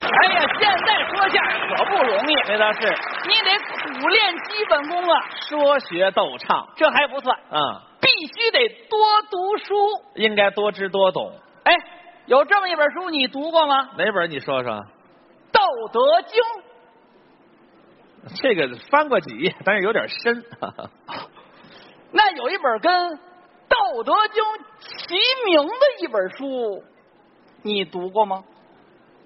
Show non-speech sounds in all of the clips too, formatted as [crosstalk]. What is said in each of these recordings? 哎呀，现在说相声可不容易，那倒是你得苦练基本功啊。说学逗唱，这还不算，嗯，必须得多读书。应该多知多懂。哎，有这么一本书你读过吗？哪本儿你说说？ 《道德经》。这个翻过几页，但是有点深。那有一本跟《道德经》齐名的一本书，你读过吗？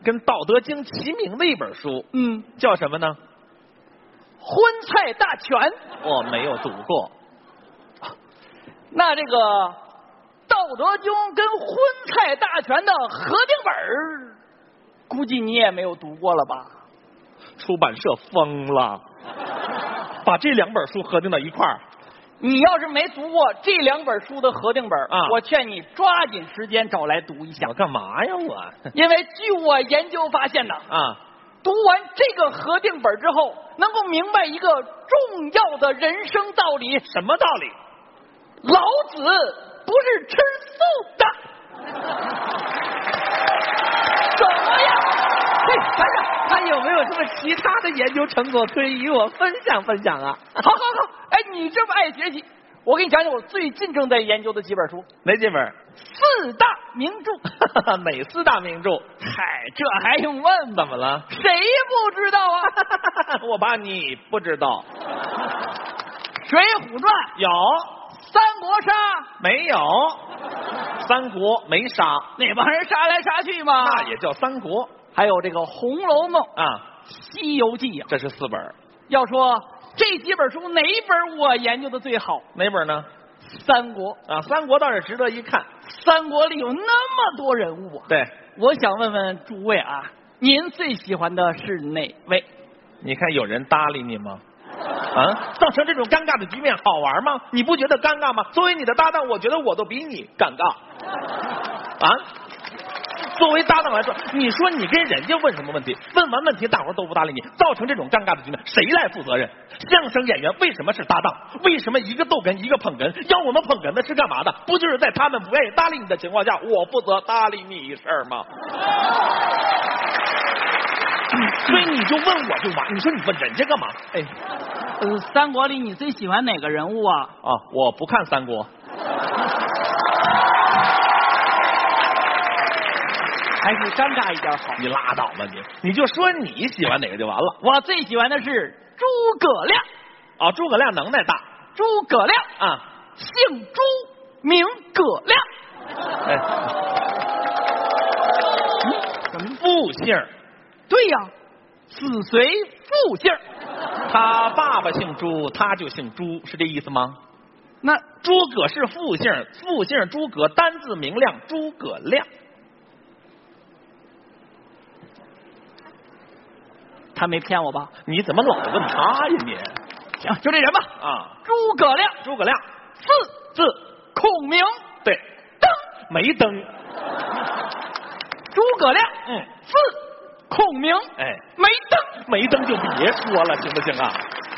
跟《道德经》齐名的一本书，嗯，《叫什么呢？荤菜大全》。我没有读过。那这个《道德经》跟《荤菜大全》的合订本儿，估计你也没有读过了吧？出版社疯了，把这两本书合并到一块儿。你要是没读过这两本书的合订本儿啊我劝你抓紧时间找来读一下我，干嘛呀我？因为据我研究发现呢，啊，读完这个合订本之后，能够明白一个重要的人生道理：什么道理？老子不是吃素的。 [laughs] 怎么样？嘿，班长，还有没有什么其他的研究成果可以与我分享分享啊？ [laughs] 好好好，哎，你这么爱学习，我给你讲讲我最近正在研究的几本书，哪几本？四大名 [laughs] 著。美四大名著。嗨，这还用问吗？怎么了？ [laughs] 谁不知道啊？我怕你不知道。 《水浒传》有《三国杀》没有？三国没杀，那帮人杀来杀去嘛。那也叫三国还有这个《红楼梦》《啊。西游记》呀。这是四本儿，要说这几本书哪一本我研究的最好？哪本呢？三国，啊，三国倒是值得一看。三国里有那么多人物啊！对，我想问问诸位啊，您最喜欢的是哪位？你看有人搭理你吗？啊，造成这种尴尬的局面好玩吗？你不觉得尴尬吗？作为你的搭档，我觉得我都比你尴尬。啊，作为搭档来说，你说你跟人家问什么问题？问完问题，大伙儿都不搭理你，造成这种尴尬的局面，谁来负责任？相声演员为什么是搭档？为什么一个逗哏一个捧哏？要我们捧哏的是干嘛的？不就是在他们不愿意搭理你的情况下，我负责搭理你一事儿吗？所以你就问我就完，你说你问人家干嘛？哎，呃，三国里你最喜欢哪个人物啊？啊，我不看三国，还是尴尬一点好。你拉倒吧你，你就说你喜欢哪个就完了。我最喜欢的是诸葛亮，啊，诸葛亮能耐大诸葛亮，啊，姓朱名葛亮，哎，父姓儿，对呀、子随父姓儿。他爸爸姓朱，他就姓朱，是这意思吗？那诸葛是父姓儿，父姓儿诸葛，单字明亮，诸葛亮。他没骗我吧？你怎么老问他呀你？行，就这人吧。啊，诸葛亮，诸葛亮，字字孔明，对，登没登，诸葛亮，嗯，字孔明，哎，没登，没登就别说了，行不行啊？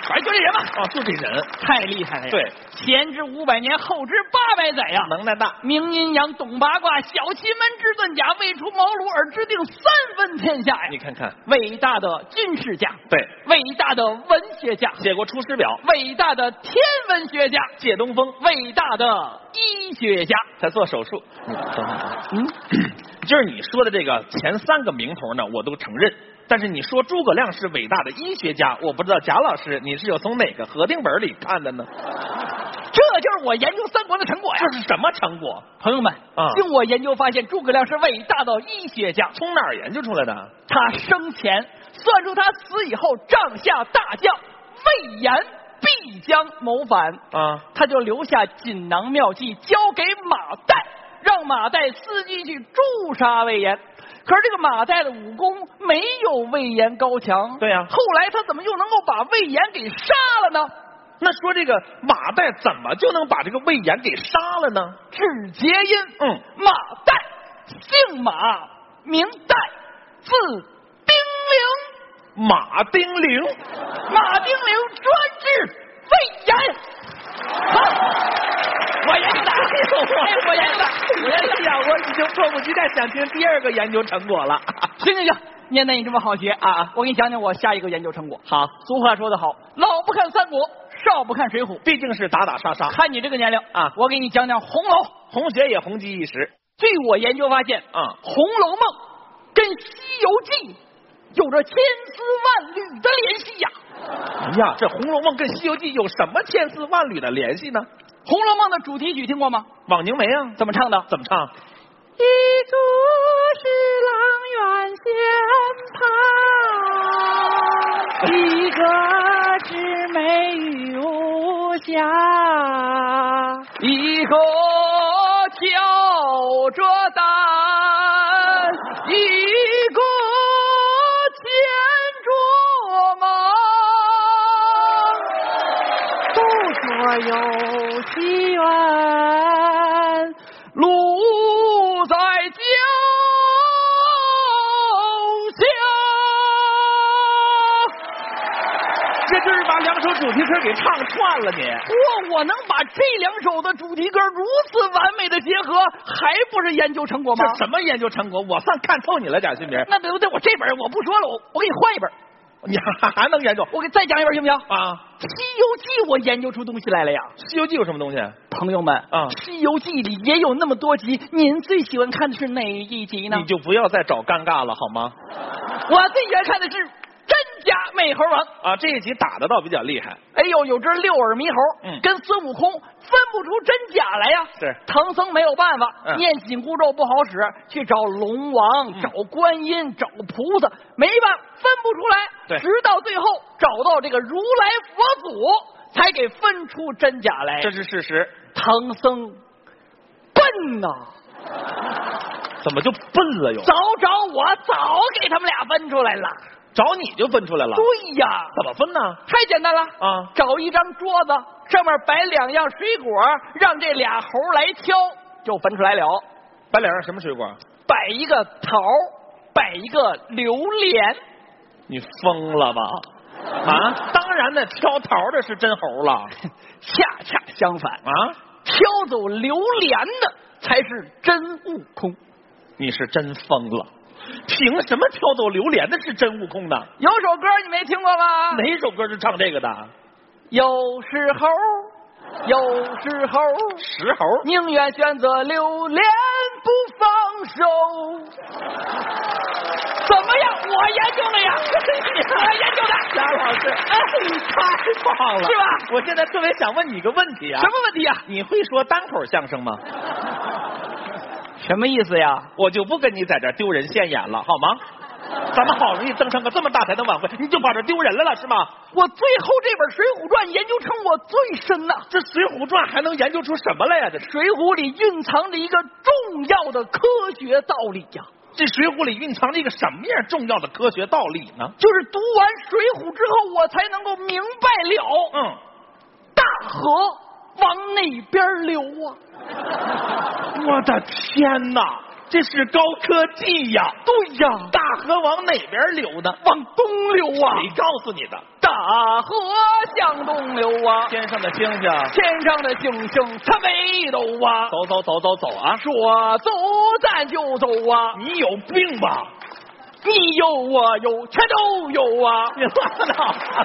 反正就这人吧。啊，就这人，太厉害了呀！对，前知五百年，后知八百载呀！能耐大。明阴阳，懂八卦，小奇门之遁甲，未出茅庐而知定三分天下你呀！看看，伟大的军事家，对，伟大的文学家，写过《出师表》，伟大的天文学家，借东风，伟大的医学家。才做手术。嗯， [clears throat] 等会儿嗯，就是你说的这个前三个名头呢，我都承认。但是你说诸葛亮是伟大的医学家，我不知道贾老师你是有从哪个核定本里看的呢？这就是我研究三国的成果呀！这是什么成果？朋友们啊，经我研究发现，诸葛亮是伟大的医学家。从哪儿研究出来的？他生前算出他死以后，帐下大将魏延必将谋反，啊，他就留下锦囊妙计交给马岱，让马岱伺机去诛杀魏延。可是这个马岱的武功没有魏延高强，对呀后来他怎么又能够把魏延给杀了呢？那说这个马岱怎么就能把这个魏延给杀了呢？治节因，嗯，马岱，姓马，名岱，字丁玲。马丁灵，马丁流专治肺炎。好，我研 [laughs] 究的，哎，我研究的，我研究的。呀，我已经迫不及待想听第二个研究成果了。 [laughs] 行行行，念念你这么好学啊，我给你讲讲我下一个研究成果。好，俗话说得好，老不看三国，少不看水浒。毕竟是打打杀杀，看你这个年龄啊我给你讲讲红楼。红学也红极一时。据我研究发现，啊红楼梦》跟《西游记》有着千丝万缕的联系呀、哎呀，这《红楼梦》跟《西游记》有什么千丝万缕的联系呢？红楼梦》的主题曲听过吗？枉凝眉啊，怎么唱的？怎么唱？一竹是阆苑仙葩，一个是美玉无瑕，一个挑着担，一个牵着马。不说有奇缘，路在脚下。这就是把两首主题歌给唱串了你，嚯，我能把这两首的主题歌如此完美的结合，还不是研究成果吗？这什么研究成果？我算看透你了，贾新明，那对不对？我这本我不说了，我我给你换一本，你 [laughs] 还还能研究我给再讲一本行不行？《啊？西游记》我研究出东西来了呀！ 《西游记》有什么东西？朋友们，啊西游记》里也有那么多集，您最喜欢看的是哪一集呢？你就不要再找尴尬了好吗？ [laughs] 我最喜欢看的是真假美猴王。啊，这一集打的倒比较厉害，哎呦，有只六耳猕猴，嗯跟孙悟空分不出真假来呀、是唐僧没有办法，嗯念紧箍咒不好使，去找龙王、嗯找观音、找菩萨，没办法分不出来。对直到最后找到这个如来佛祖，才给分出真假来。这是事实。唐僧笨呐、怎么就笨了又？早找我早给他们俩分出来了。找你就分出来了？对呀、怎么分呢？太简单了啊找一张桌子，上面摆两样水果，让这俩猴来挑，就分出来了。摆脸上什么水果？摆一个桃，摆一个榴莲。 [laughs] 你疯了吧？啊，当然呢，挑桃的是真猴了恰恰相反，啊！挑走榴莲的才是真悟空。你是真疯了，凭什么挑走榴莲的是真悟空呢？有首歌你没听过吧？哪首歌是唱这个的？有时候，有时候，石猴。宁愿选择榴莲不放手。怎么样？我研究 [laughs] 的呀，我研究的。贾老师，哎，太棒了，是吧？我现在特别想问你一个问题啊，什么问题呀、你会说单口相声吗？什么意思呀？我就不跟你在这儿丢人现眼了，好吗？咱们好容易登上个这么大台的晚会，你就跑这儿丢人来了是吗？我最后这本《水浒传》研究成我最深呐、这《水浒传》还能研究出什么来呀、这水浒》里蕴藏着一个重要的科学道理呀、这《水浒》里蕴藏着一个什么样重要的科学道理呢？就是读完《水浒》之后，我才能够明白了，嗯，大河往哪边流啊？我的天哪，这是高科技呀！对呀，大河往哪边流呢？往东流啊！谁告诉你的？大河向东流啊，天上的星星，天上的星星它没走啊，走走走走走啊！说走咱就走啊。你有病吧？你有我有，全都有啊！你拉倒吧！